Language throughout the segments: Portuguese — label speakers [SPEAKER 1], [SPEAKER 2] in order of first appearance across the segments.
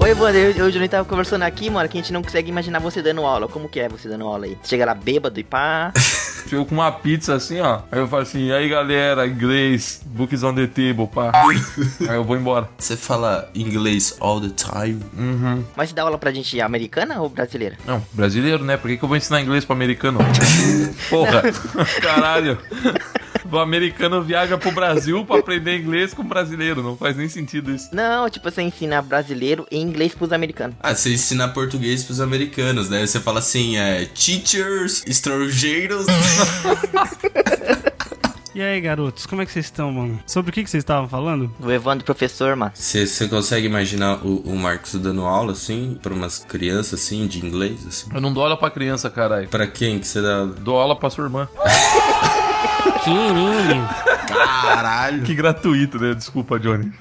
[SPEAKER 1] Oi, Wander, eu, eu e o Juninho tava conversando aqui, mano, que a gente não consegue imaginar você dando aula. Como que é você dando aula aí? Você chega lá bêbado e pá.
[SPEAKER 2] Chegou com uma pizza assim, ó. Aí eu falo assim, "E aí galera, inglês, books on the table, pá. aí eu vou embora.
[SPEAKER 3] Você fala inglês all the time?
[SPEAKER 2] Uhum.
[SPEAKER 1] Mas você dá aula pra gente americana ou brasileira?
[SPEAKER 2] Não, brasileiro, né? Por que, que eu vou ensinar inglês pro americano? Porra, caralho. O americano viaja pro Brasil pra aprender inglês com o brasileiro. Não faz nem sentido isso.
[SPEAKER 1] Não, tipo, você ensina brasileiro e inglês pros americanos.
[SPEAKER 3] Ah, você ensina português pros americanos, né? Você fala assim, é. Teachers, estrangeiros.
[SPEAKER 4] E aí, garotos, como é que vocês estão, mano? Sobre o que, que vocês estavam falando?
[SPEAKER 1] O Evandro, professor, mano.
[SPEAKER 3] Você você consegue imaginar o, o Marcos dando aula, assim, pra umas crianças, assim, de inglês, assim?
[SPEAKER 2] Eu não dou aula pra criança, caralho.
[SPEAKER 3] Pra quem que você dá aula?
[SPEAKER 2] Dou aula pra sua irmã.
[SPEAKER 4] Querinho.
[SPEAKER 3] Caralho!
[SPEAKER 2] Que gratuito, né? Desculpa, Johnny.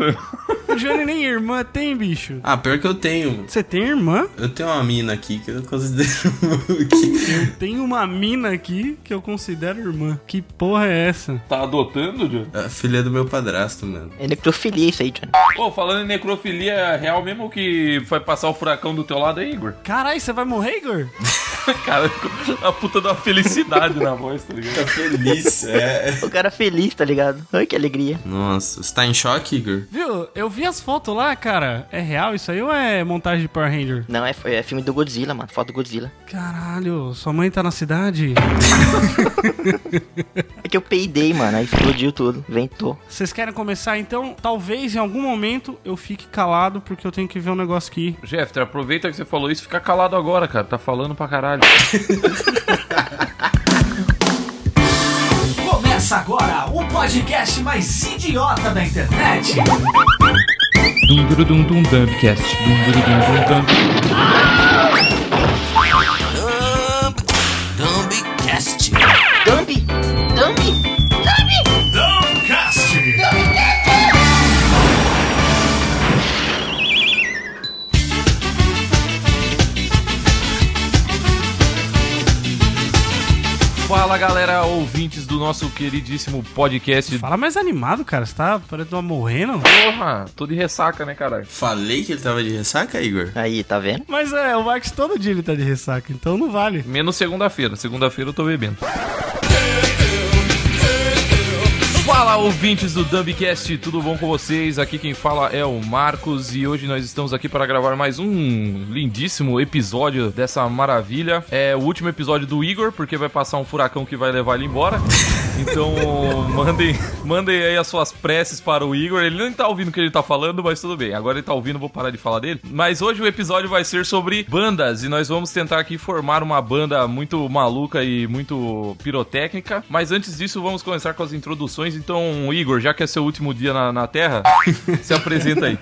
[SPEAKER 4] O Johnny nem irmã tem, bicho.
[SPEAKER 3] Ah, pior que eu tenho.
[SPEAKER 4] Você tem irmã?
[SPEAKER 3] Eu tenho uma mina aqui que eu considero que...
[SPEAKER 4] Tem uma mina aqui que eu considero irmã. Que porra é essa?
[SPEAKER 2] tá adotando, Johnny?
[SPEAKER 3] a é filha do meu padrasto, mano.
[SPEAKER 1] É necrofilia isso aí, Johnny.
[SPEAKER 2] Pô, falando em necrofilia, é real mesmo que vai passar o furacão do teu lado aí, Igor?
[SPEAKER 4] Carai, você vai morrer, Igor?
[SPEAKER 2] Cara, a puta da felicidade na voz, tá ligado?
[SPEAKER 3] Tá feliz, é.
[SPEAKER 1] O cara feliz, tá ligado? Ai, que alegria.
[SPEAKER 3] Nossa, você tá em choque, Igor?
[SPEAKER 4] Viu? Eu vi as fotos lá, cara. É real isso aí ou é montagem de Power Ranger?
[SPEAKER 1] Não, é, é filme do Godzilla, mano. Foto do Godzilla.
[SPEAKER 4] Caralho, sua mãe tá na cidade?
[SPEAKER 1] É que eu peidei, mano. Aí explodiu tudo. Ventou.
[SPEAKER 4] Vocês querem começar então? Talvez em algum momento eu fique calado porque eu tenho que ver um negócio aqui.
[SPEAKER 2] Jeffter, aproveita que você falou isso e fica calado agora, cara. Tá falando pra caralho.
[SPEAKER 5] Começa agora o podcast mais idiota da internet.
[SPEAKER 6] Dum-dum-dum-dum Dumpcast. Dum-dum-dum-dum Dump.
[SPEAKER 5] Dumbcast.
[SPEAKER 1] Dumbi! Dumbi!
[SPEAKER 5] Dumbcast.
[SPEAKER 2] Fala, galera, ouvintes do nosso queridíssimo podcast.
[SPEAKER 4] Fala mais animado, cara. Você tá parecendo uma morrendo?
[SPEAKER 2] Porra, tô de ressaca, né, caralho?
[SPEAKER 3] Falei que ele tava de ressaca, Igor?
[SPEAKER 1] Aí, tá vendo?
[SPEAKER 4] Mas é, o Marcos todo dia ele tá de ressaca, então não vale.
[SPEAKER 2] Menos segunda-feira. Segunda-feira eu tô bebendo. Fala, ouvintes do Dumbcast, tudo bom com vocês? Aqui quem fala é o Marcos e hoje nós estamos aqui para gravar mais um lindíssimo episódio dessa maravilha. É o último episódio do Igor, porque vai passar um furacão que vai levar ele embora. Então, mandem, mandem aí as suas preces para o Igor. Ele nem tá ouvindo o que ele tá falando, mas tudo bem. Agora ele tá ouvindo, vou parar de falar dele. Mas hoje o episódio vai ser sobre bandas e nós vamos tentar aqui formar uma banda muito maluca e muito pirotécnica. Mas antes disso, vamos começar com as introduções. Então, Igor, já que é seu último dia na, na Terra, se apresenta aí.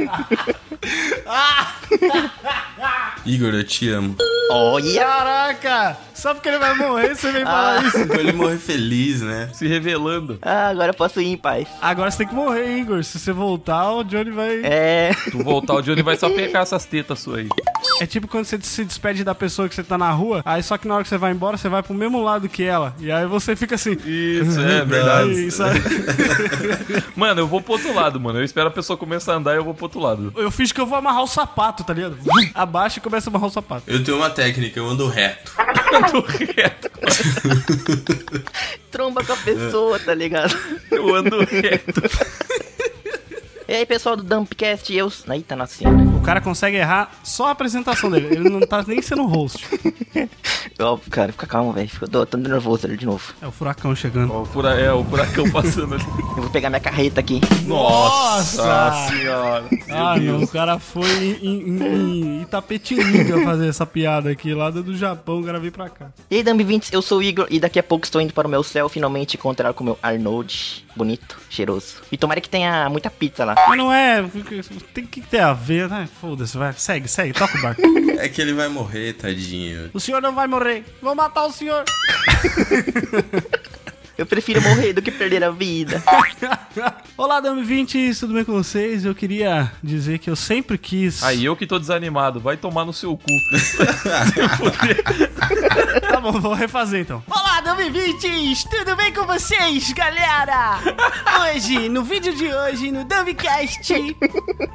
[SPEAKER 3] Igor, eu te amo.
[SPEAKER 1] Olha!
[SPEAKER 4] Caraca! Ah. Só porque ele vai morrer, você vem falar isso.
[SPEAKER 3] Pra Tipo, ele morrer feliz, né?
[SPEAKER 2] Se revelando.
[SPEAKER 1] Ah, agora eu posso ir em paz.
[SPEAKER 4] Agora você tem que morrer, Igor. Se você voltar, o Johnny vai. É,
[SPEAKER 1] É.
[SPEAKER 2] Tu voltar, o Johnny vai só pegar essas tetas suas aí.
[SPEAKER 4] tipo quando você se despede da pessoa que você tá na rua, aí só que na hora que você vai embora, você vai pro mesmo lado que ela. E aí você fica assim.
[SPEAKER 2] Isso, é verdade.
[SPEAKER 4] Aí, sabe?
[SPEAKER 2] Mano, eu vou pro outro lado, mano. Eu espero a pessoa começar a andar e eu vou pro outro lado.
[SPEAKER 4] Eu fiz que eu vou amarrar o sapato, tá ligado? Abaixa e começa a amarrar o sapato.
[SPEAKER 3] Eu tenho uma técnica, eu ando reto.
[SPEAKER 2] Ando reto.
[SPEAKER 1] Tromba com a pessoa, tá ligado?
[SPEAKER 2] Eu ando reto.
[SPEAKER 1] E aí, pessoal do Dumpcast, eu. Eita, né? nossa senhora.
[SPEAKER 4] O cara consegue errar só a apresentação dele. Ele não tá nem sendo host.
[SPEAKER 1] Ó, cara, fica calmo, velho. Fica- Tô, tô nervoso ali de novo.
[SPEAKER 4] É o furacão chegando.
[SPEAKER 2] Ó, o fura... É, o furacão passando ali.
[SPEAKER 1] Eu vou pegar minha carreta aqui.
[SPEAKER 2] Nossa senhora.
[SPEAKER 4] Ah, não, o cara foi em, em, em Itapetininga fazer essa piada aqui, lá do Japão, o cara veio pra cá.
[SPEAKER 1] E aí, Dumb 20 eu sou o Igor e daqui a pouco estou indo para o meu céu finalmente encontrar com o meu Arnold. Bonito, cheiroso. E tomara que tenha muita pizza lá.
[SPEAKER 4] Mas não é, tem que ter a ver, né? Foda-se, vai, segue, segue, toca o barco.
[SPEAKER 3] É que ele vai morrer, tadinho.
[SPEAKER 4] O senhor não vai morrer, vou matar o senhor.
[SPEAKER 1] Eu prefiro morrer do que perder a vida.
[SPEAKER 4] Olá, Dami 20, tudo bem com vocês? Eu queria dizer que eu sempre quis.
[SPEAKER 2] Aí eu que tô desanimado. Vai tomar no seu cu.
[SPEAKER 4] tá bom, vou refazer então.
[SPEAKER 7] Olá, 2020! Tudo bem com vocês, galera? Hoje, no vídeo de hoje, no Dumbcast,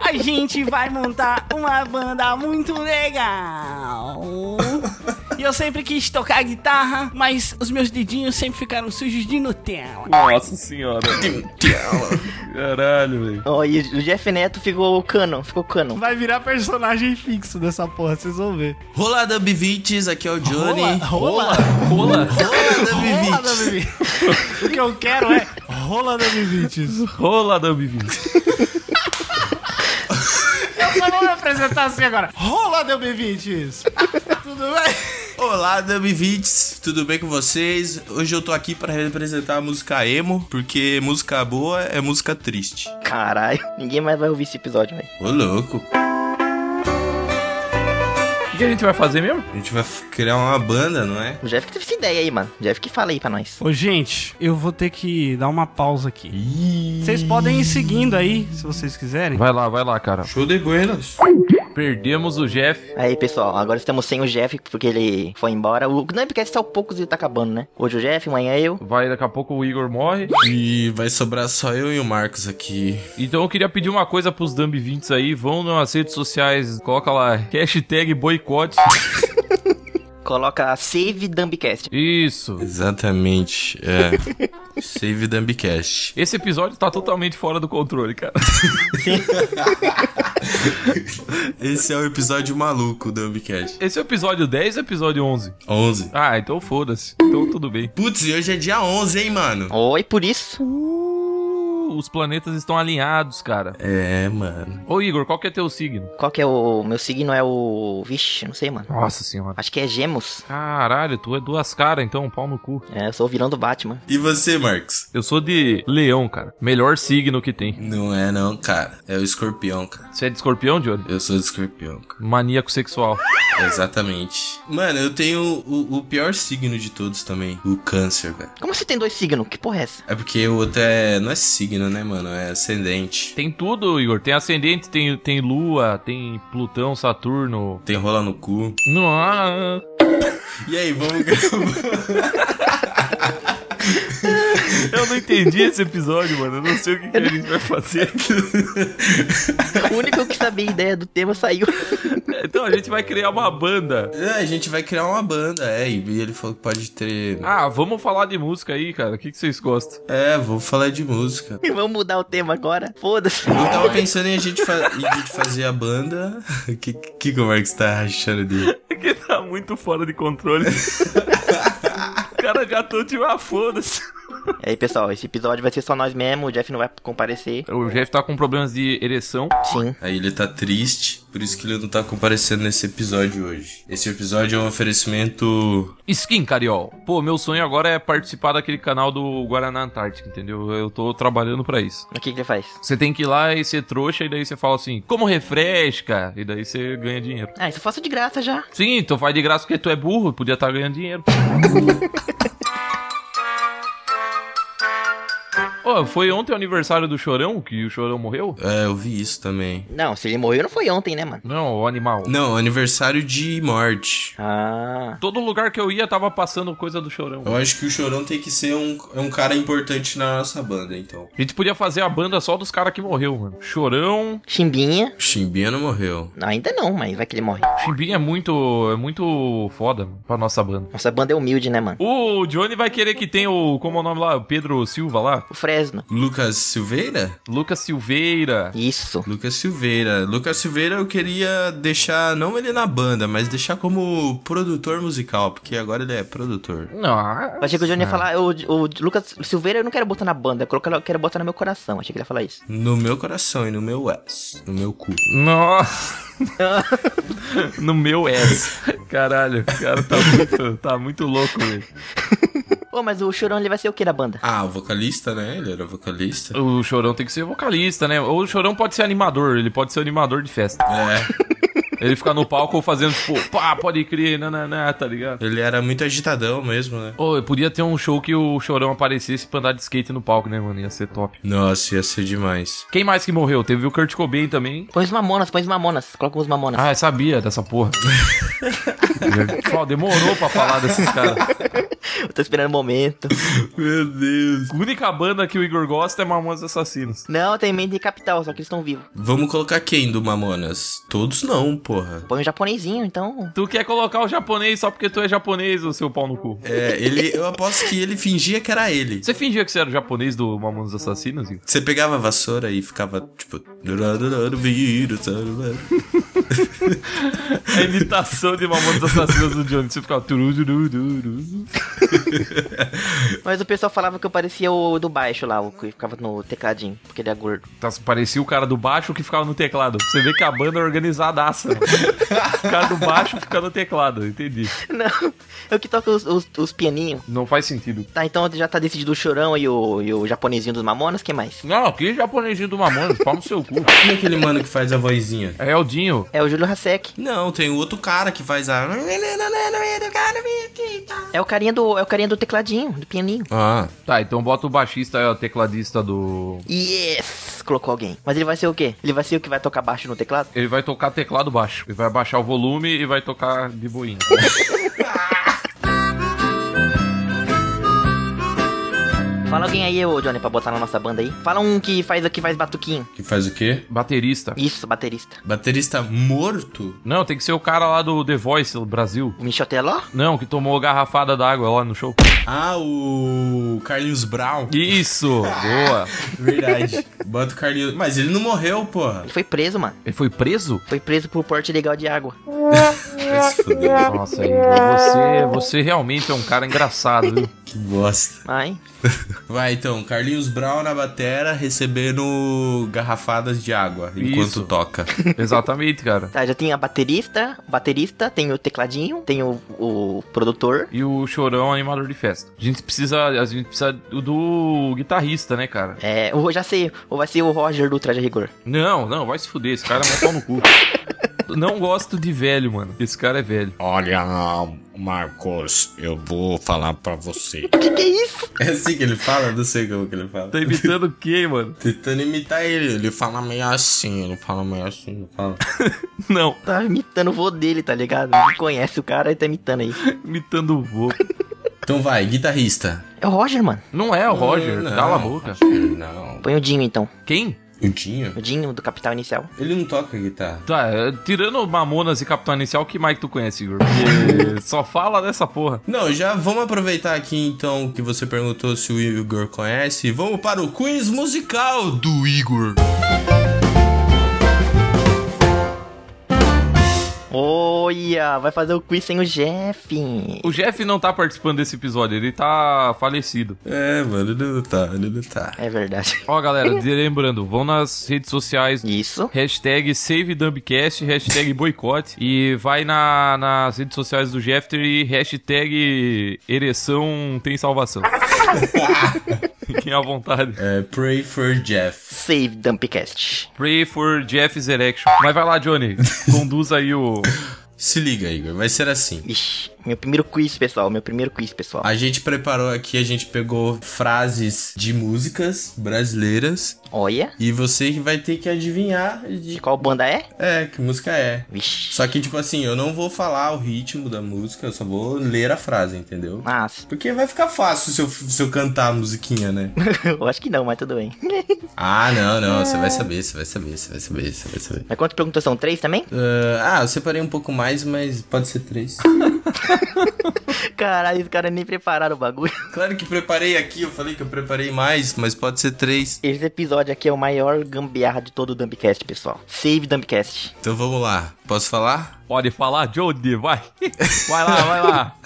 [SPEAKER 7] a gente vai montar uma banda muito legal. E eu sempre quis tocar guitarra, mas os meus dedinhos sempre ficaram sujos de Nutella.
[SPEAKER 2] Nossa senhora. Caralho, velho.
[SPEAKER 1] Ó, e o Jeff Neto ficou canon, ficou canon.
[SPEAKER 4] Vai virar personagem fixo dessa porra, vocês vão ver.
[SPEAKER 3] Rola Dubvites, aqui é o Johnny.
[SPEAKER 2] Rola.
[SPEAKER 4] rola,
[SPEAKER 3] Rola
[SPEAKER 4] rola
[SPEAKER 3] Dubvites.
[SPEAKER 4] da Bibi. O que eu quero é rola da Bibites.
[SPEAKER 2] Rola, Dumbivi.
[SPEAKER 4] Eu só vou me apresentar assim agora. Rola da Bibites. Tudo bem?
[SPEAKER 3] Olá, Dubvites, tudo bem com vocês? Hoje eu tô aqui pra representar a música emo, porque música boa é música triste.
[SPEAKER 1] Caralho, ninguém mais vai ouvir esse episódio, velho.
[SPEAKER 3] Ô, louco.
[SPEAKER 2] O que a gente vai fazer mesmo?
[SPEAKER 3] A gente vai f- criar uma banda, não é?
[SPEAKER 1] O Jeff que teve essa ideia aí, mano. O Jeff que fala aí pra nós.
[SPEAKER 4] Ô, gente, eu vou ter que dar uma pausa aqui. Vocês podem ir seguindo aí, se vocês quiserem.
[SPEAKER 2] Vai lá, vai lá, cara.
[SPEAKER 3] Show de buenas.
[SPEAKER 2] Perdemos o Jeff.
[SPEAKER 1] Aí, pessoal, agora estamos sem o Jeff, porque ele foi embora. O Dumpcast tá o poucos e tá acabando, né? Hoje o Jeff, amanhã eu.
[SPEAKER 2] Vai, daqui a pouco o Igor morre.
[SPEAKER 3] E vai sobrar só eu e o Marcos aqui.
[SPEAKER 2] Então eu queria pedir uma coisa pros Dumb 20 aí. Vão nas redes sociais, coloca lá hashtag boicote.
[SPEAKER 1] Coloca Save Dumpcast.
[SPEAKER 2] Isso.
[SPEAKER 3] Exatamente, é. Save Dumbcast.
[SPEAKER 2] Esse episódio tá totalmente fora do controle, cara.
[SPEAKER 3] Esse é o episódio maluco do Dumbcast.
[SPEAKER 2] Esse é o episódio 10 ou episódio 11?
[SPEAKER 3] 11.
[SPEAKER 2] Ah, então foda-se. Então tudo bem.
[SPEAKER 3] Putz, e hoje é dia 11, hein, mano?
[SPEAKER 1] Oi, por isso.
[SPEAKER 2] Uh, os planetas estão alinhados, cara.
[SPEAKER 3] É, mano.
[SPEAKER 2] Ô Igor, qual que é teu signo?
[SPEAKER 1] Qual que é o. Meu signo é o. Vixe, não sei, mano.
[SPEAKER 2] Nossa senhora.
[SPEAKER 1] Acho que é Gêmeos.
[SPEAKER 2] Caralho, tu é duas caras, então, pau no cu.
[SPEAKER 1] É, eu sou o vilão do Batman.
[SPEAKER 3] E você, Marcos?
[SPEAKER 2] Eu sou de leão, cara. Melhor signo que tem.
[SPEAKER 3] Não é não, cara. É o escorpião, cara.
[SPEAKER 2] Você é de escorpião, Johnny?
[SPEAKER 3] Eu sou de escorpião, cara. É
[SPEAKER 2] Maníaco sexual.
[SPEAKER 3] Exatamente. Mano, eu tenho o, o pior signo de todos também. O câncer, velho.
[SPEAKER 1] Como você tem dois signos? Que porra é essa?
[SPEAKER 3] É porque o outro é. Não é signo, né, mano? É ascendente.
[SPEAKER 2] Tem tudo, Igor. Tem ascendente, tem, tem lua, tem Plutão, Saturno.
[SPEAKER 3] Tem rola no cu.
[SPEAKER 2] Não, ah,
[SPEAKER 3] E aí, vamos gravar.
[SPEAKER 2] eu não entendi esse episódio, mano. Eu não sei o que, que a gente vai fazer.
[SPEAKER 1] O único que sabia a ideia do tema saiu.
[SPEAKER 2] Então a gente vai criar uma banda.
[SPEAKER 3] É, a gente vai criar uma banda, é. E ele falou que pode ter.
[SPEAKER 2] Ah, vamos falar de música aí, cara. O que, que vocês gostam?
[SPEAKER 3] É, vou falar de música.
[SPEAKER 1] Vamos mudar o tema agora? Foda-se.
[SPEAKER 3] Eu tava pensando em a gente, fa- em a gente fazer a banda. O que, que que o Marcos tá rachando dele?
[SPEAKER 2] Porque tá muito fora de controle. Os caras já estão de uma foda-se.
[SPEAKER 1] E aí, pessoal, esse episódio vai ser só nós mesmo. O Jeff não vai comparecer.
[SPEAKER 2] O Jeff tá com problemas de ereção.
[SPEAKER 1] Sim.
[SPEAKER 3] Aí ele tá triste, por isso que ele não tá comparecendo nesse episódio hoje. Esse episódio é um oferecimento.
[SPEAKER 2] Skin Cariol. Pô, meu sonho agora é participar daquele canal do Guaraná Antártica, entendeu? Eu tô trabalhando pra isso.
[SPEAKER 1] O que que ele faz?
[SPEAKER 2] Você tem que ir lá e ser trouxa, e daí você fala assim, como refresca? E daí você ganha dinheiro.
[SPEAKER 1] Ah, isso eu faço de graça já.
[SPEAKER 2] Sim, tu faz de graça porque tu é burro, podia estar ganhando dinheiro. Ó, foi ontem o aniversário do Chorão, que o Chorão morreu?
[SPEAKER 3] É, eu vi isso também.
[SPEAKER 1] Não, se ele morreu não foi ontem, né, mano?
[SPEAKER 2] Não, o animal.
[SPEAKER 3] Não, aniversário de morte.
[SPEAKER 1] Ah.
[SPEAKER 2] Todo lugar que eu ia tava passando coisa do Chorão.
[SPEAKER 3] Eu acho que o Chorão tem que ser um, é um cara importante na nossa banda, então.
[SPEAKER 2] A gente podia fazer a banda só dos caras que morreu, mano. Chorão,
[SPEAKER 1] Chimbinha.
[SPEAKER 3] O Chimbinha não morreu.
[SPEAKER 1] Ainda não, mas vai que ele morre.
[SPEAKER 2] Chimbinha é muito, é muito foda mano, pra nossa banda.
[SPEAKER 1] Nossa banda é humilde, né, mano?
[SPEAKER 2] O Johnny vai querer que tenha o, como é o nome lá, o Pedro Silva lá?
[SPEAKER 1] O Fresno.
[SPEAKER 3] Lucas Silveira?
[SPEAKER 2] Lucas Silveira.
[SPEAKER 1] Isso.
[SPEAKER 3] Lucas Silveira. Lucas Silveira eu queria deixar, não ele na banda, mas deixar como produtor musical, porque agora ele é produtor.
[SPEAKER 2] Não.
[SPEAKER 1] Eu achei que o Johnny ia falar, o, o Lucas Silveira eu não quero botar na banda, eu coloco- eu quero botar no meu coração. Achei que ele ia falar isso.
[SPEAKER 3] No meu coração e no meu ass. No meu cu.
[SPEAKER 2] Nossa. no meu S. Caralho, o cara tá muito, tá muito louco, velho.
[SPEAKER 1] Ô, mas o Chorão ele vai ser o que da banda?
[SPEAKER 3] Ah, o vocalista, né? Ele era vocalista.
[SPEAKER 2] O Chorão tem que ser vocalista, né? Ou o Chorão pode ser animador, ele pode ser animador de festa.
[SPEAKER 3] É.
[SPEAKER 2] Ele fica no palco fazendo tipo, pá, pode crer, nananá, tá ligado?
[SPEAKER 3] Ele era muito agitadão mesmo, né?
[SPEAKER 2] Ô, eu podia ter um show que o Chorão aparecesse pra andar de skate no palco, né, mano? Ia ser top.
[SPEAKER 3] Nossa, ia ser demais.
[SPEAKER 2] Quem mais que morreu? Teve o Kurt Cobain também.
[SPEAKER 1] Põe os mamonas, põe os mamonas. Coloca os mamonas.
[SPEAKER 2] Ah, eu sabia dessa porra. Pessoal, demorou pra falar desses caras.
[SPEAKER 1] Eu tô esperando o momento.
[SPEAKER 3] Meu Deus.
[SPEAKER 2] A única banda que o Igor gosta é Mamonas Assassinos.
[SPEAKER 1] Não, tem mente de capital, só que eles estão vivos.
[SPEAKER 3] Vamos colocar quem do Mamonas? Todos não, porra.
[SPEAKER 1] Põe um japonesinho, então.
[SPEAKER 2] Tu quer colocar o japonês só porque tu é japonês, o seu pau no cu.
[SPEAKER 3] É, ele, eu aposto que ele fingia que era ele.
[SPEAKER 2] Você fingia que você era o japonês do Mamonas Assassinos? Igor?
[SPEAKER 3] Você pegava a vassoura e ficava tipo. vírus,
[SPEAKER 2] A imitação de Mamonas Assassinos do Johnny. Você ficava... tururururu.
[SPEAKER 1] Mas o pessoal falava que eu parecia o do baixo lá, o que ficava no tecladinho, porque ele é gordo.
[SPEAKER 2] Tá, parecia o cara do baixo que ficava no teclado. Você vê que a banda é organizadaça. mano. o cara do baixo fica no teclado, entendi.
[SPEAKER 1] Não, é o que toca os, os, os pianinhos.
[SPEAKER 2] Não faz sentido.
[SPEAKER 1] Tá, então já tá decidido o chorão e o, e o japonesinho dos mamonas, quem mais?
[SPEAKER 2] Não, que japonesinho do Mamonas, pau no seu cu.
[SPEAKER 3] Quem é aquele mano que faz a vozinha?
[SPEAKER 2] É o Dinho.
[SPEAKER 1] É o Júlio Hasek.
[SPEAKER 3] Não, tem o outro cara que faz a.
[SPEAKER 1] É o carinha do, é o carinha do tecladinho, do pianinho.
[SPEAKER 3] Ah,
[SPEAKER 2] Tá, então bota o baixista e o tecladista do...
[SPEAKER 1] Yes! Colocou alguém. Mas ele vai ser o quê? Ele vai ser o que vai tocar baixo no teclado?
[SPEAKER 2] Ele vai tocar teclado baixo. Ele vai baixar o volume e vai tocar de boinha.
[SPEAKER 1] Fala alguém aí, ô Johnny, pra botar na nossa banda aí. Fala um que faz que faz batuquinho.
[SPEAKER 3] que faz o quê?
[SPEAKER 2] Baterista.
[SPEAKER 1] Isso, baterista.
[SPEAKER 3] Baterista morto?
[SPEAKER 2] Não, tem que ser o cara lá do The Voice do Brasil.
[SPEAKER 1] O é Michoteló?
[SPEAKER 2] Não, que tomou garrafada d'água lá no show.
[SPEAKER 3] Ah, o Carlinhos Brown.
[SPEAKER 2] Isso! Boa!
[SPEAKER 3] Verdade. Bota o Carlinhos. Mas ele não morreu, porra.
[SPEAKER 1] Ele foi preso, mano.
[SPEAKER 2] Ele foi preso?
[SPEAKER 1] Foi preso por porte ilegal de água.
[SPEAKER 3] Vai se fuder.
[SPEAKER 2] Nossa, Igor, você, você realmente é um cara engraçado, viu?
[SPEAKER 3] Que bosta.
[SPEAKER 1] Ai.
[SPEAKER 3] Vai então, Carlinhos Brown na batera recebendo garrafadas de água enquanto
[SPEAKER 2] Isso.
[SPEAKER 3] toca.
[SPEAKER 2] Exatamente, cara.
[SPEAKER 1] Tá, já tem a baterista, o baterista, tem o tecladinho, tem o, o produtor.
[SPEAKER 2] E o chorão animador de festa. A gente precisa. A gente precisa do, do guitarrista, né, cara?
[SPEAKER 1] É, eu já sei, ou vai ser o Roger do Traje a Rigor.
[SPEAKER 2] Não, não, vai se fuder. Esse cara é um pau no cu. Não gosto de velho, mano. Esse cara é velho.
[SPEAKER 8] Olha, Marcos, eu vou falar pra você.
[SPEAKER 1] Que que é isso?
[SPEAKER 3] É assim que ele fala? Não sei como que ele fala.
[SPEAKER 2] Tá imitando quem, mano?
[SPEAKER 3] Tentando imitar ele. Ele fala meio assim, ele fala meio assim, ele fala.
[SPEAKER 2] Não,
[SPEAKER 1] Tá imitando o vô dele, tá ligado? Não conhece o cara e tá imitando aí.
[SPEAKER 2] imitando o vô.
[SPEAKER 3] Então vai, guitarrista.
[SPEAKER 1] É o Roger, mano.
[SPEAKER 2] Não é o Roger,
[SPEAKER 3] Não,
[SPEAKER 2] cala a boca.
[SPEAKER 3] Não.
[SPEAKER 1] Põe o Dinho então.
[SPEAKER 2] Quem?
[SPEAKER 3] O Dinho?
[SPEAKER 1] O Dinho do Capital Inicial.
[SPEAKER 3] Ele não toca guitarra.
[SPEAKER 2] Tá, é, tirando Mamonas e Capitão Inicial, que mais que tu conhece, Igor? Porque só fala dessa porra.
[SPEAKER 3] Não, já vamos aproveitar aqui então que você perguntou se o Igor conhece. Vamos para o quiz musical do Igor.
[SPEAKER 1] Olha, vai fazer o quiz sem o Jeff.
[SPEAKER 2] O Jeff não tá participando desse episódio, ele tá falecido.
[SPEAKER 3] É, mano, ele não tá, ele não tá.
[SPEAKER 1] É verdade.
[SPEAKER 2] Ó, galera, de- lembrando, vão nas redes sociais.
[SPEAKER 1] Isso.
[SPEAKER 2] Hashtag SaveDumbcast, hashtag boicote. E vai na- nas redes sociais do Jeffter e hashtag ereção tem salvação. Fiquem à vontade.
[SPEAKER 3] É, pray for Jeff.
[SPEAKER 1] Save Dumpcast.
[SPEAKER 2] Pray for Jeff's erection. Mas vai lá, Johnny. Conduz aí o.
[SPEAKER 3] Se liga, Igor, vai ser assim.
[SPEAKER 1] Ixi, meu primeiro quiz, pessoal. Meu primeiro quiz, pessoal.
[SPEAKER 3] A gente preparou aqui, a gente pegou frases de músicas brasileiras
[SPEAKER 1] Olha.
[SPEAKER 3] e você que vai ter que adivinhar de
[SPEAKER 1] De qual banda é?
[SPEAKER 3] é que música é.
[SPEAKER 1] Vixe.
[SPEAKER 3] Só que tipo assim, eu não vou falar o ritmo da música, eu só vou ler a frase, entendeu?
[SPEAKER 1] Nossa,
[SPEAKER 3] Porque vai ficar fácil se eu, se eu cantar a musiquinha, né?
[SPEAKER 1] eu acho que não, mas tudo bem.
[SPEAKER 3] Ah, não, não, você vai saber, você vai saber, você vai saber, você vai saber.
[SPEAKER 1] Mas quantas perguntas são? Três também?
[SPEAKER 3] Ah, ah, eu separei um pouco mais, mas pode ser três.
[SPEAKER 1] Caralho, os caras nem prepararam o bagulho.
[SPEAKER 3] claro que preparei aqui, eu falei que eu preparei mais, mas pode ser três.
[SPEAKER 1] Esse episódio aqui é o maior gambiarra de todo o Dumpcast, pessoal. Save Dumpcast.
[SPEAKER 3] Então vamos lá, posso falar?
[SPEAKER 2] Pode falar, Johnny, vai. Vai lá, vai lá.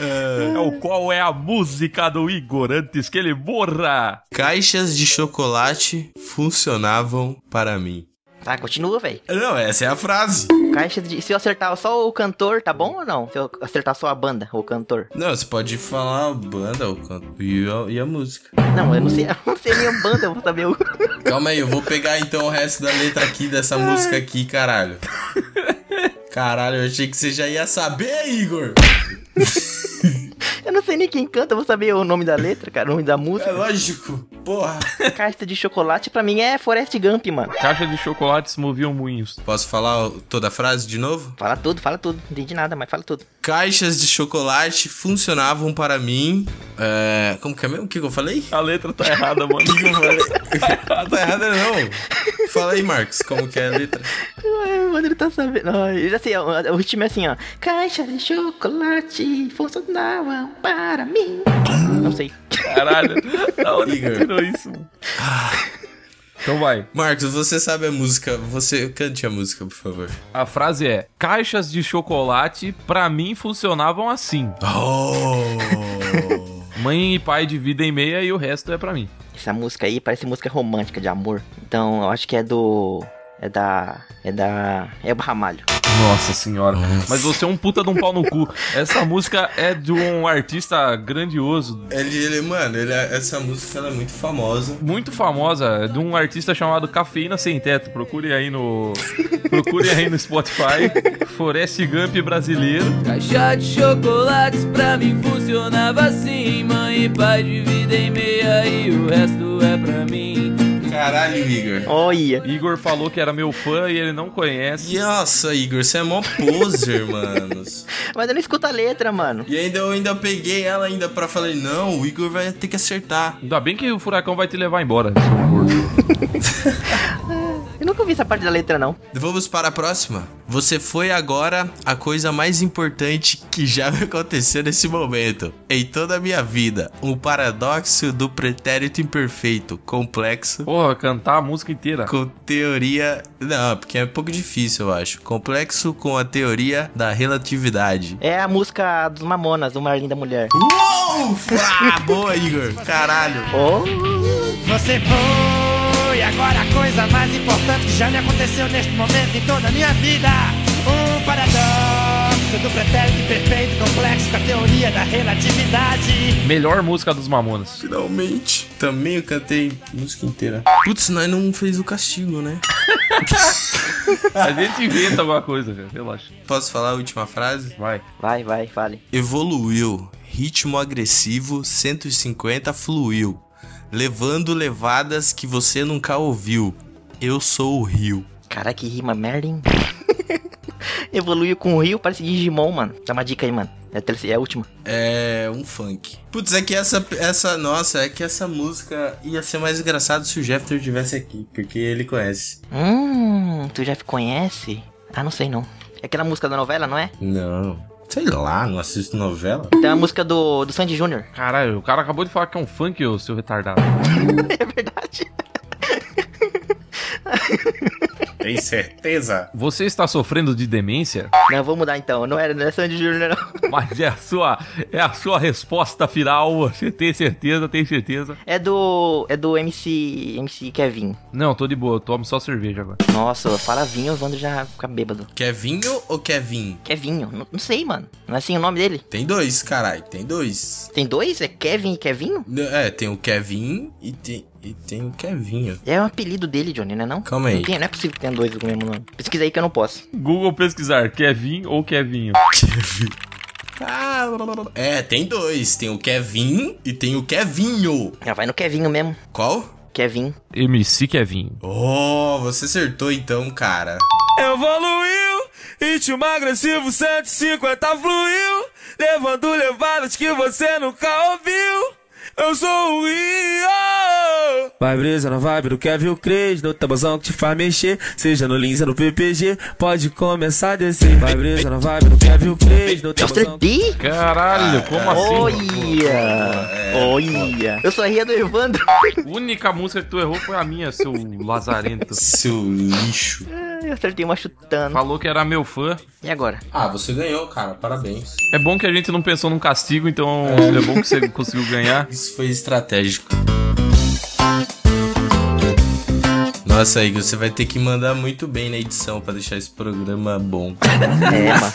[SPEAKER 2] É o qual é a música do Igor antes que ele morra?
[SPEAKER 3] Caixas de chocolate funcionavam para mim.
[SPEAKER 1] Tá, continua, velho.
[SPEAKER 3] Não, essa é a frase.
[SPEAKER 1] Caixa de. Se eu acertar só o cantor, tá bom ou não? Se eu acertar só a banda, ou o cantor.
[SPEAKER 3] Não, você pode falar a banda o canto, e, a, e a música.
[SPEAKER 1] Não, eu não sei, eu não sei nem a banda, eu vou saber o.
[SPEAKER 3] Calma aí, eu vou pegar então o resto da letra aqui dessa música aqui, caralho. Caralho, eu achei que você já ia saber, Igor.
[SPEAKER 1] Eu não sei nem quem canta, eu vou saber o nome da letra, cara, o nome da
[SPEAKER 3] É
[SPEAKER 1] música.
[SPEAKER 3] lógico. Porra.
[SPEAKER 1] Caixa de chocolate pra mim é Forest Gump, mano.
[SPEAKER 2] Caixa de chocolates moviam moinhos.
[SPEAKER 3] Posso falar o- toda a frase de novo?
[SPEAKER 1] Fala tudo, fala tudo. Não entendi nada, mas fala tudo.
[SPEAKER 3] Caixas de chocolate funcionavam para mim. É, como que é mesmo? O que, que eu falei?
[SPEAKER 2] A letra tá errada, mano.
[SPEAKER 3] Ah, tá errado, não. Fala aí, Marcos, como que é a letra?
[SPEAKER 1] Ai, mano, ele tá sabendo. Ai, eu já sei, o, o time é assim, ó. Caixa de chocolate funcionavam é um para mim. Não sei.
[SPEAKER 2] Caralho. Da onde que
[SPEAKER 3] Igor.
[SPEAKER 2] tirou isso, mano? Então vai.
[SPEAKER 3] Marcos, você sabe a música. Você cante a música, por favor.
[SPEAKER 2] A frase é: Caixas de chocolate pra mim funcionavam assim.
[SPEAKER 3] Oh!
[SPEAKER 2] Mãe e pai dividem meia e o resto é pra mim.
[SPEAKER 1] Essa música aí parece música romântica de amor. Então, eu acho que é do. É da. É da. É o Ramalho.
[SPEAKER 2] Nossa senhora. Mas você é um puta de um pau no cu. Essa música é de um artista grandioso,
[SPEAKER 3] ele, ele- mano, ele- essa música ela é muito famosa.
[SPEAKER 2] muito famosa, é de um artista chamado Cafeína Sem Teto. Procure aí no. Procure aí no Spotify. Forest Gump brasileiro.
[SPEAKER 9] Caixa de chocolates pra mim funcionava assim. Mãe e pai dividem meia e o resto é pra mim.
[SPEAKER 3] Caralho, Igor.
[SPEAKER 1] Olha.
[SPEAKER 2] Igor falou que era meu fã e ele não conhece.
[SPEAKER 3] Nossa, Igor, você é mó poser, mano.
[SPEAKER 1] Mas eu não escuto a letra, mano.
[SPEAKER 3] E ainda eu ainda peguei ela ainda pra falar, não, o Igor vai ter que acertar.
[SPEAKER 2] Ainda bem que o furacão vai te levar embora, seu gordo.
[SPEAKER 1] Eu nunca ouvi essa parte da letra, não.
[SPEAKER 3] Vamos para a próxima. Você foi agora a coisa mais importante que já me aconteceu nesse momento. Em toda a minha vida. Um paradoxo do pretérito imperfeito, complexo.
[SPEAKER 2] Porra, cantar a música inteira.
[SPEAKER 3] Com teoria. Não, porque é um pouco difícil, eu acho. Complexo com a teoria da relatividade.
[SPEAKER 1] É a música dos Mamonas, Uma Linda Mulher.
[SPEAKER 3] Uou! Ah, boa, Igor! Caralho!
[SPEAKER 1] Oh,
[SPEAKER 10] Você foi agora a coisa mais importante que já me aconteceu neste momento em toda a minha vida. Um paradoxo do pretérito perfeito complexo com a teoria da relatividade.
[SPEAKER 2] Melhor música dos Mamonas.
[SPEAKER 3] Finalmente. Também eu cantei música inteira. Putz, nós não fez o castigo, né?
[SPEAKER 2] A gente inventa alguma coisa, velho. Relaxa.
[SPEAKER 3] Posso falar a última frase?
[SPEAKER 2] Vai.
[SPEAKER 1] vai, vai, fale.
[SPEAKER 3] Evoluiu. Ritmo agressivo 150 fluiu. Levando levadas que você nunca ouviu. Eu sou o Rio.
[SPEAKER 1] Caraca, que rima merda, hein? Evoluiu com o Rio, parece Digimon, mano. Dá uma dica aí, mano. É a, terceira, é a última.
[SPEAKER 3] É um funk. Putz, é que essa, essa. Nossa, é que essa música ia ser mais engraçado se o Jeffter estivesse aqui, porque ele conhece.
[SPEAKER 1] Hum, tu já conhece? Ah, não sei não. É aquela música da novela, não é?
[SPEAKER 3] Não. Sei lá, não assisto novela.
[SPEAKER 1] Tem a música do, do Sandy Júnior.
[SPEAKER 2] Caralho, o cara acabou de falar que é um funk, ô seu retardado.
[SPEAKER 1] É verdade.
[SPEAKER 8] Tem certeza?
[SPEAKER 2] Você está sofrendo de demência?
[SPEAKER 1] Não, vou mudar então. Não era, não é Sandy Júnior, não.
[SPEAKER 2] Mas é a sua, é a sua resposta final. Você tem certeza, tem certeza?
[SPEAKER 1] É do. É do MC. MC Kevin.
[SPEAKER 2] Não, tô de boa, eu tomo só cerveja agora.
[SPEAKER 1] Nossa, fala vinho, o Evandro já fica bêbado.
[SPEAKER 3] Quer vinho ou quer vinho?
[SPEAKER 1] Kevinho, não, não sei, mano. Não é assim o nome dele?
[SPEAKER 3] Tem dois, caralho, tem dois.
[SPEAKER 1] Tem dois? É Kevin e Kevinho?
[SPEAKER 3] N- É, tem o Kevin e tem, e tem o Kevinho.
[SPEAKER 1] É o apelido dele, Johnny, né não?
[SPEAKER 3] Calma aí.
[SPEAKER 1] Não, tem, não é possível que tenha dois com o mesmo nome. Pesquisa aí que eu não posso.
[SPEAKER 2] Google pesquisar, Kevin ou Kevinho?
[SPEAKER 3] Ah, é, tem dois. Tem o Kevin e tem o Kevinho.
[SPEAKER 1] Já vai no Kevinho mesmo.
[SPEAKER 3] Qual?
[SPEAKER 1] Kevin.
[SPEAKER 2] MC Kevin.
[SPEAKER 3] Oh, você acertou então, cara.
[SPEAKER 9] Evoluiu, ritmo agressivo 150 fluiu, levando levadas que você nunca ouviu. Eu sou o Rio! Vai brisa na vibe do Kevin Cres, no tabuzão que te faz mexer, seja no Lins ou no PPG, pode começar a descer. Vai brisa na vibe do Kevin Cres, no
[SPEAKER 1] Mr.
[SPEAKER 9] tabuzão que
[SPEAKER 2] assim,
[SPEAKER 1] D?
[SPEAKER 2] Caralho, como assim?
[SPEAKER 1] Olha! Olha! Eu só ria do Evandro.
[SPEAKER 2] A única música que tu errou foi a minha, seu lazarento.
[SPEAKER 3] Seu lixo.
[SPEAKER 1] Eu acertei uma chutando.
[SPEAKER 2] Falou que era meu fã.
[SPEAKER 1] E agora?
[SPEAKER 3] Ah, você ganhou, cara. Parabéns.
[SPEAKER 2] É bom que a gente não pensou num castigo, então é bom que você conseguiu ganhar.
[SPEAKER 3] Isso foi estratégico. Nós Nossa, Igor, você vai ter que mandar muito bem na edição pra deixar esse programa bom.
[SPEAKER 1] É, mano.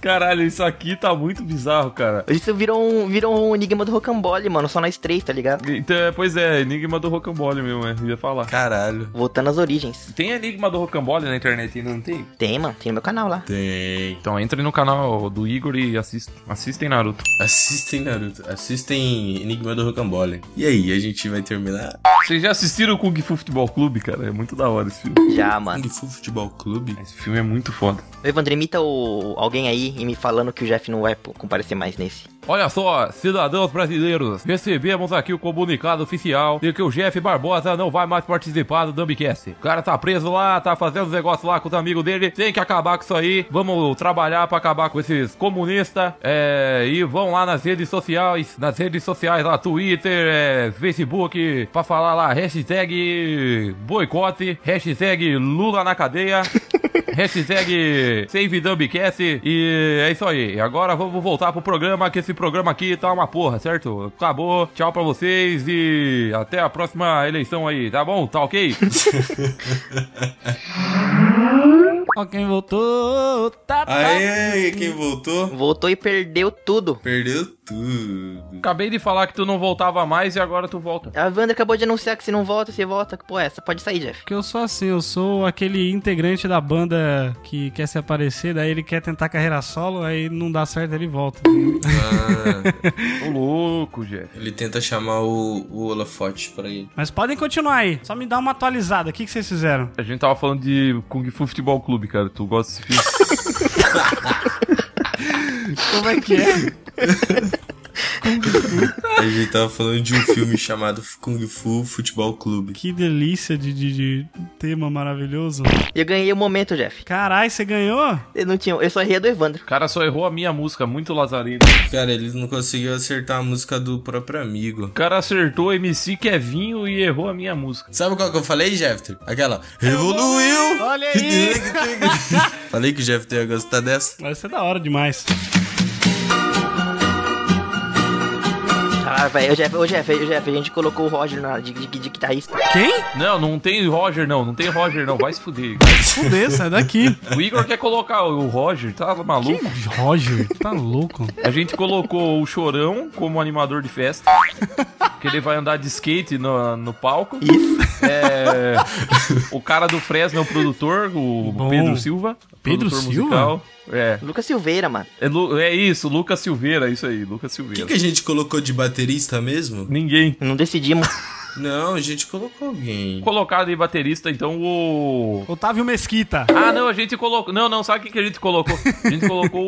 [SPEAKER 2] Caralho, isso aqui tá muito bizarro, cara.
[SPEAKER 1] Isso virou um, virou um enigma do rocambole, mano, só nós três, tá ligado?
[SPEAKER 2] Então, é, pois é, Enigma do Rocambole mesmo, é. Ia falar.
[SPEAKER 3] Caralho.
[SPEAKER 1] Voltando às origens.
[SPEAKER 2] Tem Enigma do Rocambole na internet ainda, não tem?
[SPEAKER 1] Tem, mano, tem no meu canal lá.
[SPEAKER 3] Tem.
[SPEAKER 2] Então entrem no canal do Igor e assist... assistem Naruto.
[SPEAKER 3] Assistem Naruto, assistem Enigma do Rocambole. E aí, a gente vai terminar
[SPEAKER 2] Vocês já assistiram o Kung Fu Futebol Clube, cara? É muito da hora esse filme.
[SPEAKER 1] Já, mano.
[SPEAKER 3] Kung Fu Futebol Clube?
[SPEAKER 2] Esse filme é muito foda.
[SPEAKER 1] Ô, Evandro, imita o, alguém aí e me falando que o Jeff não vai comparecer mais nesse.
[SPEAKER 2] Olha só, cidadãos brasileiros, recebemos aqui o comunicado oficial de que o Jeff Barbosa não vai mais participar do Dumbcast. O cara tá preso lá, tá fazendo os negócios lá com os amigos dele, tem que acabar com isso aí. Vamos trabalhar pra acabar com esses comunistas. É, e vão lá nas redes sociais, nas redes sociais lá, Twitter, é, Facebook, pra falar lá, hashtag boicote, hashtag Lula na cadeia. Hashtag Save Dumbcast. E é isso aí. Agora vamos voltar pro programa, que esse programa aqui tá uma porra, certo? Acabou. Tchau pra vocês e até a próxima eleição aí, tá bom? Tá ok?
[SPEAKER 4] Ó, quem voltou, tá, tá.
[SPEAKER 3] Aê, quem voltou?
[SPEAKER 1] Voltou e perdeu tudo.
[SPEAKER 3] Perdeu tudo.
[SPEAKER 2] Acabei de falar que tu não voltava mais e agora tu volta.
[SPEAKER 1] A Evandro acabou de anunciar que se não volta, você volta. Que porra é essa? Pode sair, Jeff.
[SPEAKER 4] Porque eu sou assim, eu sou aquele integrante da banda que quer se aparecer, daí ele quer tentar carreira solo, aí não dá certo, ele volta.
[SPEAKER 3] Ah,
[SPEAKER 2] Ô louco, Jeff.
[SPEAKER 3] ele tenta chamar o, o Olafote pra ele.
[SPEAKER 4] Mas podem continuar aí, só me dá uma atualizada. O que, que vocês fizeram?
[SPEAKER 2] A gente tava falando de Kung Fu Futebol Clube, cara. Tu gosta desse filme?
[SPEAKER 4] Como é que é?
[SPEAKER 3] A gente tava falando de um filme chamado Kung Fu Futebol Clube.
[SPEAKER 4] Que delícia de, de- de tema maravilhoso.
[SPEAKER 1] Eu ganhei o momento, Jeff.
[SPEAKER 4] Carai, você ganhou?
[SPEAKER 1] Eu não tinha. Eu só errei a do Evandro.
[SPEAKER 2] O cara só errou a minha música, muito lazarino.
[SPEAKER 3] Cara, ele não conseguiu acertar a música do próprio amigo.
[SPEAKER 2] O cara acertou MC Kevinho e errou a minha música.
[SPEAKER 3] Sabe qual que eu falei, Jeffter? Aquela. Evoluiu!
[SPEAKER 4] Olha aí!
[SPEAKER 3] falei que o Jeffter ia gostar dessa.
[SPEAKER 4] Vai ser da hora demais.
[SPEAKER 1] Ah, velho, o Jeff, o Jeff, o Jeff, a gente colocou o Roger na, de, de, de guitarrista.
[SPEAKER 4] Quem?
[SPEAKER 2] Não, não tem Roger, não. Não tem Roger, não. Vai se fuder.
[SPEAKER 4] Fudeu, sai daqui.
[SPEAKER 2] O Igor quer colocar o Roger, tá maluco?
[SPEAKER 4] Roger, tá louco.
[SPEAKER 2] A gente colocou o Chorão como animador de festa. Que ele vai andar de skate no, no palco. Isso. É, o cara do Fresno é o produtor, o
[SPEAKER 4] Bom.
[SPEAKER 2] Pedro Silva.
[SPEAKER 4] Pedro
[SPEAKER 2] produtor
[SPEAKER 4] Silva?
[SPEAKER 2] musical. É.
[SPEAKER 1] Lucas Silveira, mano.
[SPEAKER 2] É, Lu- é isso, Lucas Silveira, isso aí, Lucas
[SPEAKER 3] Quem
[SPEAKER 2] Silveira.
[SPEAKER 3] que a gente colocou de baterista mesmo?
[SPEAKER 2] Ninguém.
[SPEAKER 1] Não decidimos.
[SPEAKER 3] Não, a gente colocou alguém.
[SPEAKER 2] Colocado em baterista, então o.
[SPEAKER 4] Otávio Mesquita.
[SPEAKER 2] Ah, não, a gente colocou. Não, não, sabe o que que a gente colocou? A gente colocou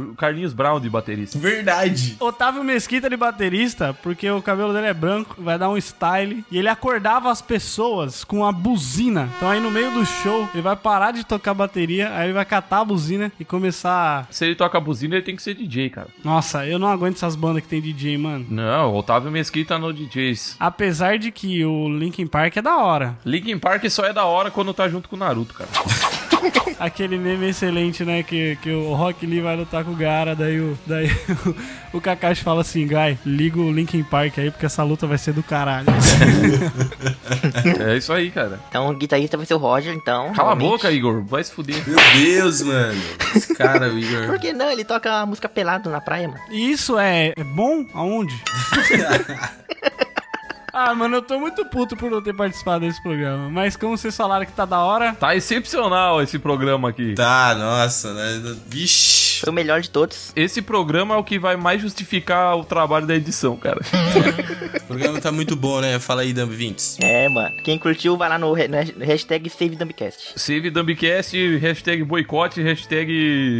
[SPEAKER 2] o Carlinhos Brown de baterista.
[SPEAKER 3] Verdade.
[SPEAKER 4] Otávio Mesquita de baterista, porque o cabelo dele é branco, vai dar um style. E ele acordava as pessoas com a buzina. Então aí no meio do show, ele vai parar de tocar bateria, aí ele vai catar a buzina e começar.
[SPEAKER 2] Se ele toca buzina, ele tem que ser DJ, cara.
[SPEAKER 4] Nossa, eu não aguento essas bandas que tem DJ, mano.
[SPEAKER 2] Não, Otávio Mesquita no DJs.
[SPEAKER 4] Apesar de que o Linkin Park é da hora.
[SPEAKER 2] Linkin Park só é da hora quando tá junto com o Naruto, cara.
[SPEAKER 4] Aquele meme excelente, né? Que, que o Rock Lee vai lutar com o Gara, daí o, daí o, o Kakashi fala assim, Guy, liga o Linkin Park aí, porque essa luta vai ser do caralho.
[SPEAKER 2] É isso aí, cara.
[SPEAKER 1] Então o guitarrista vai ser o Roger, então.
[SPEAKER 2] Cala a
[SPEAKER 1] realmente.
[SPEAKER 2] boca, Igor. Vai se fuder.
[SPEAKER 3] Meu Deus, mano. Esse cara, o
[SPEAKER 1] Por
[SPEAKER 3] Igor.
[SPEAKER 1] que não? Ele toca a música pelado na praia, mano.
[SPEAKER 4] E isso é, é bom? Aonde? ah, mano, eu tô muito puto por não ter participado desse programa. Mas como vocês falaram que tá da hora,
[SPEAKER 2] Tá excepcional esse programa aqui.
[SPEAKER 3] Tá, nossa, né? Vixe.
[SPEAKER 1] Foi o melhor de todos.
[SPEAKER 2] Esse programa é o que vai mais justificar o trabalho da edição, cara.
[SPEAKER 3] O programa tá muito bom, né? Fala aí, Dumb Vinks.
[SPEAKER 1] É, mano. Quem curtiu, vai lá no, re- no hash- hashtag SaveDumbcast.
[SPEAKER 2] Save Dumbcast, hashtag boicote, hashtag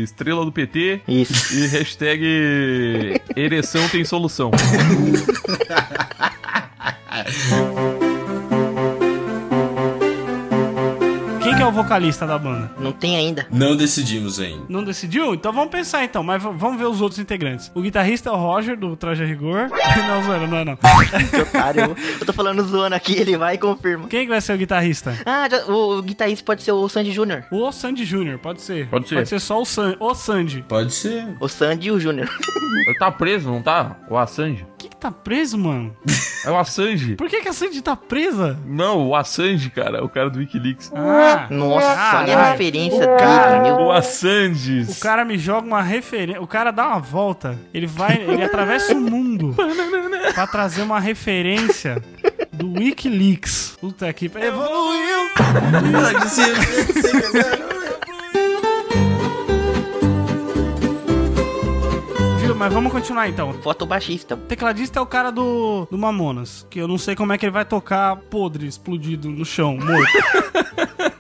[SPEAKER 2] estrela do PT
[SPEAKER 1] Isso.
[SPEAKER 2] e hashtag ereção tem solução.
[SPEAKER 4] quem que é o vocalista da banda?
[SPEAKER 1] Não tem ainda.
[SPEAKER 3] Não decidimos ainda.
[SPEAKER 4] Não decidiu? Então vamos pensar então, mas v- vamos ver os outros integrantes. O guitarrista é o Roger, do Traje a Rigor. Não, zoeira, não é não.
[SPEAKER 1] Que otário. Eu tô falando zoando aqui, ele vai e confirma.
[SPEAKER 4] Quem que vai ser o guitarrista?
[SPEAKER 1] Ah, já- o, o guitarrista pode ser o Sandy Júnior.
[SPEAKER 4] O Sandy Júnior, pode ser.
[SPEAKER 2] Pode ser.
[SPEAKER 4] Pode ser só o, San... o Sandy.
[SPEAKER 3] Pode ser.
[SPEAKER 1] O Sandy e o Júnior.
[SPEAKER 2] Ele tá preso, não tá? O Assange.
[SPEAKER 4] O que, que tá preso, mano?
[SPEAKER 2] É o Assange.
[SPEAKER 4] Por que, que a Sandy tá presa?
[SPEAKER 2] Não, o Assange, cara, É o cara do Wikileaks.
[SPEAKER 4] Ah,
[SPEAKER 1] Nossa, olha a
[SPEAKER 4] caralho.
[SPEAKER 1] referência
[SPEAKER 4] O
[SPEAKER 1] dele,
[SPEAKER 4] cara-
[SPEAKER 1] meu.
[SPEAKER 2] O Assange.
[SPEAKER 4] O cara me joga uma referência. O cara dá uma volta. Ele vai. Ele atravessa o mundo pra trazer uma referência do Wikileaks. Puta que. pa- Evoluiu! Viu? Mas vamos continuar então.
[SPEAKER 1] Fotobaixista.
[SPEAKER 4] Tecladista é o cara do, do Mamonas, que eu não sei como é que ele vai tocar podre, explodido no chão, morto.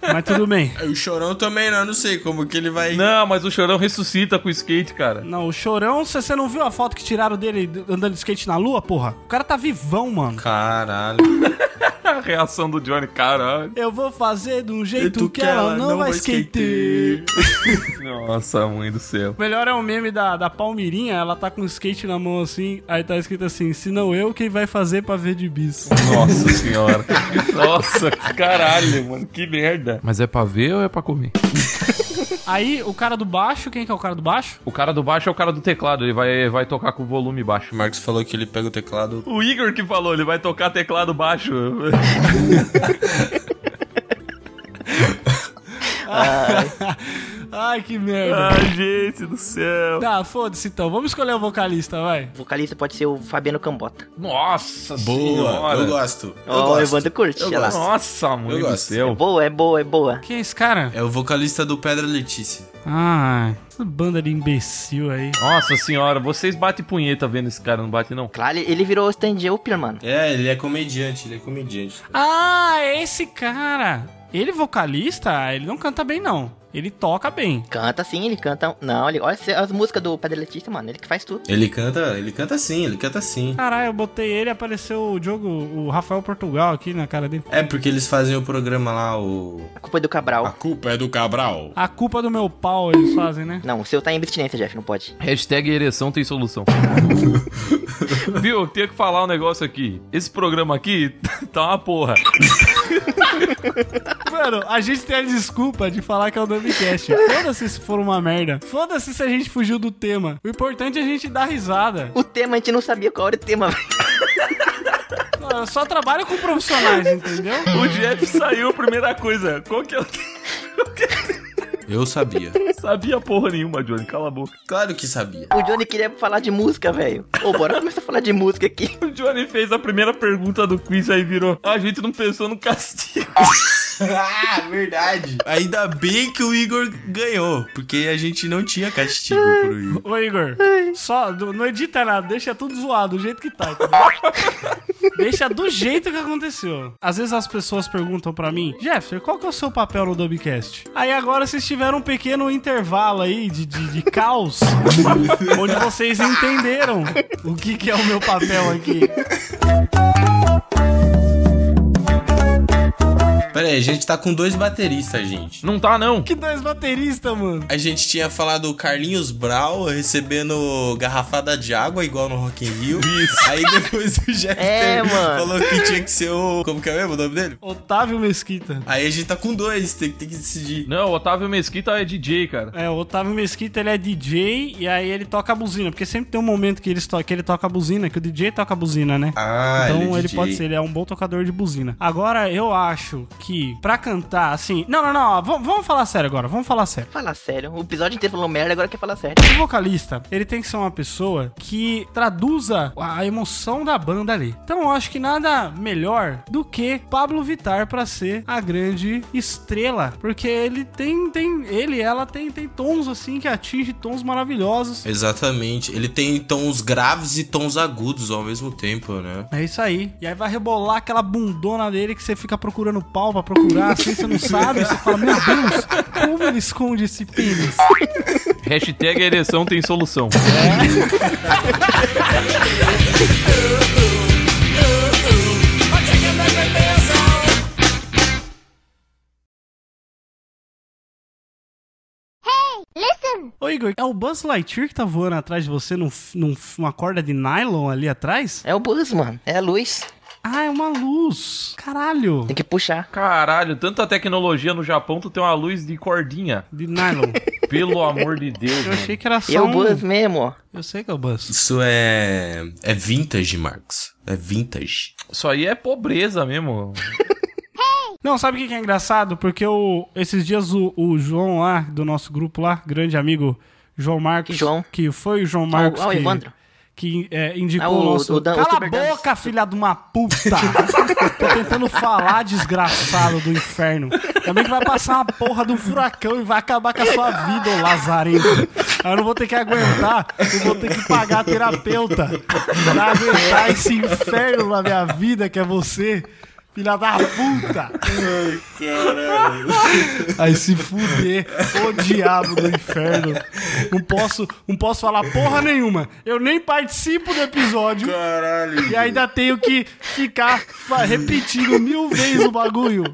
[SPEAKER 4] Mas tudo bem.
[SPEAKER 3] O Chorão também não, não sei como que ele vai...
[SPEAKER 2] Não, mas o Chorão ressuscita com o skate, cara.
[SPEAKER 4] Não, o Chorão, se você não viu a foto que tiraram dele andando de skate na lua, porra? O cara tá vivão, mano.
[SPEAKER 3] Caralho.
[SPEAKER 2] A reação do Johnny, caralho.
[SPEAKER 4] Eu vou fazer de um jeito que, ela, não, vai skater.
[SPEAKER 2] Nossa, mãe do céu.
[SPEAKER 4] O melhor é o meme da, da Palmirinha, ela tá com um skate na mão assim, aí tá escrito assim, se não eu, quem vai fazer pra ver de bis?
[SPEAKER 2] Nossa senhora. Nossa, caralho, mano, que merda. Mas é pra ver ou é pra comer?
[SPEAKER 4] aí o cara do baixo, quem que é o cara do baixo?
[SPEAKER 2] O cara do baixo é o cara do teclado, ele vai, vai tocar com o volume baixo.
[SPEAKER 3] O Marcos falou que ele pega o teclado...
[SPEAKER 2] O Igor que falou, ele vai tocar teclado baixo.
[SPEAKER 4] Ai, que merda.
[SPEAKER 2] Ai, gente do céu.
[SPEAKER 4] Tá, foda-se então, vamos escolher o vocalista, vai.
[SPEAKER 1] O vocalista pode ser o Fabiano Cambota.
[SPEAKER 2] Nossa
[SPEAKER 3] Boa,
[SPEAKER 2] senhora.
[SPEAKER 3] eu gosto. Eu
[SPEAKER 1] Ó, o
[SPEAKER 3] gosto.
[SPEAKER 1] Evandro curte,
[SPEAKER 3] Eu
[SPEAKER 1] olha lá.
[SPEAKER 3] gosto.
[SPEAKER 2] Nossa, mãe
[SPEAKER 3] Eu
[SPEAKER 2] do
[SPEAKER 3] gosto.
[SPEAKER 1] É
[SPEAKER 2] céu.
[SPEAKER 1] boa, é boa, é boa.
[SPEAKER 4] Quem é esse cara?
[SPEAKER 3] É o vocalista do Pedra Letícia.
[SPEAKER 4] Ah, essa banda de imbecil aí.
[SPEAKER 2] Nossa senhora, vocês batem punheta vendo esse cara, não bate não?
[SPEAKER 1] Claro, ele virou stand-up, mano.
[SPEAKER 3] É, ele é comediante, ele é comediante.
[SPEAKER 4] Ah, é esse cara. Ele é vocalista, ele não canta bem não. Ele toca bem.
[SPEAKER 1] Canta sim, ele canta. Não, ele. Olha as músicas do Padre Letícia, mano. Ele que faz tudo.
[SPEAKER 3] Ele canta, ele canta sim, ele canta sim.
[SPEAKER 4] Caralho, eu botei ele e apareceu o Diogo, o Rafael Portugal aqui na cara dele.
[SPEAKER 3] É porque eles fazem o programa lá, o.
[SPEAKER 1] A culpa é do Cabral.
[SPEAKER 8] A
[SPEAKER 3] Ah.
[SPEAKER 8] culpa é do Cabral.
[SPEAKER 4] A culpa do meu pau eles fazem, né?
[SPEAKER 1] Não, o seu tá em abstinência, Jeff, não pode.
[SPEAKER 2] Hashtag ereção tem solução. Viu, eu tenho que falar um negócio aqui. Esse programa aqui tá uma porra.
[SPEAKER 4] Mano, a gente tem a desculpa de falar que é o Dumbcast. Foda-se se for uma merda. Foda-se se a gente fugiu do tema. O importante é a gente dar risada.
[SPEAKER 1] O tema, a gente não sabia qual era o tema, velho.
[SPEAKER 4] Não, Eu só trabalho com profissionais, entendeu?
[SPEAKER 2] O Jeff saiu, primeira coisa. Qual que é o...
[SPEAKER 3] Eu sabia.
[SPEAKER 2] Sabia porra nenhuma, Johnny, cala a boca.
[SPEAKER 3] claro que sabia.
[SPEAKER 1] O Johnny queria falar de música, velho. Ô, bora começar a falar de música aqui.
[SPEAKER 2] O Johnny fez a primeira pergunta do quiz, aí virou... A gente não pensou no castigo.
[SPEAKER 3] ah, verdade. Ainda bem que o Igor ganhou, porque a gente não tinha castigo pro Igor.
[SPEAKER 4] Ô, Igor, só do- não edita nada, deixa tudo zoado, do jeito que tá. entendeu? deixa do jeito que aconteceu. Às vezes as pessoas perguntam pra mim, Jefferson, qual que é o seu papel no Dubcast? Aí agora vocês tiveram um pequeno intervalo aí de, de, de caos, onde vocês entenderam o que, que é o meu papel aqui.
[SPEAKER 3] Pera aí, a gente tá com dois bateristas, gente.
[SPEAKER 2] Não tá, não.
[SPEAKER 4] Que dois bateristas, mano.
[SPEAKER 3] A gente tinha falado o Carlinhos Brau recebendo garrafada de água, igual no Rock in Rio. Isso. Aí depois o Jeff
[SPEAKER 1] É,
[SPEAKER 3] teve-
[SPEAKER 1] mano.
[SPEAKER 3] falou que tinha que ser o... Como que é mesmo o nome dele?
[SPEAKER 4] Otávio Mesquita.
[SPEAKER 3] Aí a gente tá com dois, tem, que- tem que decidir.
[SPEAKER 2] Não, o Otávio Mesquita é DJ, cara.
[SPEAKER 4] É, o Otávio Mesquita, ele é DJ e aí ele toca a buzina, porque sempre tem um momento que, eles to que ele toca a buzina, que o DJ toca a buzina, né?
[SPEAKER 3] Ah,
[SPEAKER 4] Então
[SPEAKER 3] é
[SPEAKER 4] ele,
[SPEAKER 3] DJ.
[SPEAKER 4] pode ser, ele é um bom tocador de buzina. Agora eu acho que pra cantar assim, não, não, não, ó, vam- vamos falar sério agora, vamos falar sério.
[SPEAKER 1] Falar sério. O episódio inteiro falou merda, agora quer falar sério.
[SPEAKER 4] O vocalista, ele tem que ser uma pessoa que traduza a emoção da banda ali. Então eu acho que nada melhor do que Pablo Vittar pra ser a grande estrela, porque ele tem tem ele ela tem tem tons assim que atinge tons maravilhosos.
[SPEAKER 3] Exatamente. Ele tem tons graves e tons agudos ao mesmo tempo, né?
[SPEAKER 4] É isso aí. E aí vai rebolar aquela bundona dele que você fica procurando pau pra procurar, assim você não sabe, você fala, meu Deus, como ele esconde esse pênis?
[SPEAKER 2] Hashtag ereção tem solução.
[SPEAKER 4] Ô Igor, é o Buzz Lightyear que tá voando atrás de você num, f- num f- numa corda de nylon ali atrás?
[SPEAKER 1] É o Buzz, mano. É a luz.
[SPEAKER 4] Ah, é uma luz. Caralho.
[SPEAKER 1] Tem que puxar.
[SPEAKER 2] Caralho, tanta tecnologia no Japão, tu tem uma luz de cordinha.
[SPEAKER 4] De nylon.
[SPEAKER 2] Pelo amor de Deus.
[SPEAKER 4] Eu achei que era só
[SPEAKER 1] E é o
[SPEAKER 4] um-
[SPEAKER 1] Buzz mesmo.
[SPEAKER 4] Eu sei que é o Buzz.
[SPEAKER 3] Isso é. É vintage, Marcos. É vintage.
[SPEAKER 2] Isso aí é pobreza mesmo.
[SPEAKER 4] Não, sabe o que que é engraçado? Porque o, esses dias o, o João lá, do nosso grupo lá, grande amigo João Marcos.
[SPEAKER 1] Que João?
[SPEAKER 4] Que foi o João Marcos.
[SPEAKER 1] Ah, o
[SPEAKER 4] que,
[SPEAKER 1] Evandro.
[SPEAKER 4] Que é, indicou
[SPEAKER 1] Ah,
[SPEAKER 4] o,
[SPEAKER 1] o-
[SPEAKER 4] nosso.
[SPEAKER 1] o Dan- o
[SPEAKER 4] Cala a
[SPEAKER 1] Super Dan-
[SPEAKER 4] boca, filha de uma puta! Tô tentando falar, desgraçado do inferno. Também que vai passar uma porra de um furacão e vai acabar com a sua vida, ô lazarento. Aí eu não vou ter que aguentar, eu vou ter que pagar a terapeuta pra aguentar esse inferno na minha vida que é você. Filha da puta! Aí se fuder, ô diabo do inferno. Não posso, não posso falar porra nenhuma. Eu nem participo do episódio.
[SPEAKER 8] Caralho.
[SPEAKER 4] E ainda tenho que ficar fa- repetindo mil vezes o bagulho.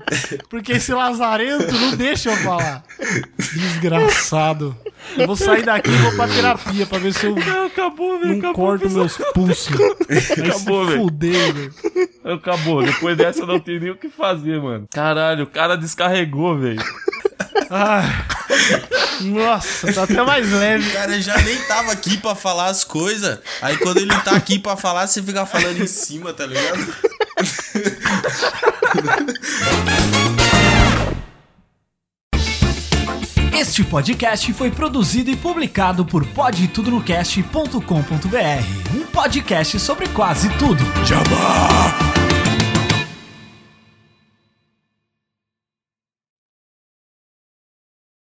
[SPEAKER 4] Porque esse lazarento não deixa eu falar. Desgraçado. Eu vou sair daqui e vou pra terapia pra ver se eu
[SPEAKER 2] Acabou,
[SPEAKER 4] não corto meus pulsos. Aí se
[SPEAKER 2] Acabou, velho.
[SPEAKER 4] fuder, velho.
[SPEAKER 2] Acabou. Depois dessa não tem nem o que fazer, mano. Caralho, o cara descarregou, velho.
[SPEAKER 4] Ah. Nossa, tá até mais
[SPEAKER 3] O
[SPEAKER 4] leve.
[SPEAKER 3] cara já nem tava aqui pra falar as coisas. Aí quando ele tá aqui pra falar, você fica falando em cima, tá ligado?
[SPEAKER 5] Este podcast foi produzido e publicado por podtudonocast.com.br, um podcast sobre quase tudo.
[SPEAKER 3] Jabá!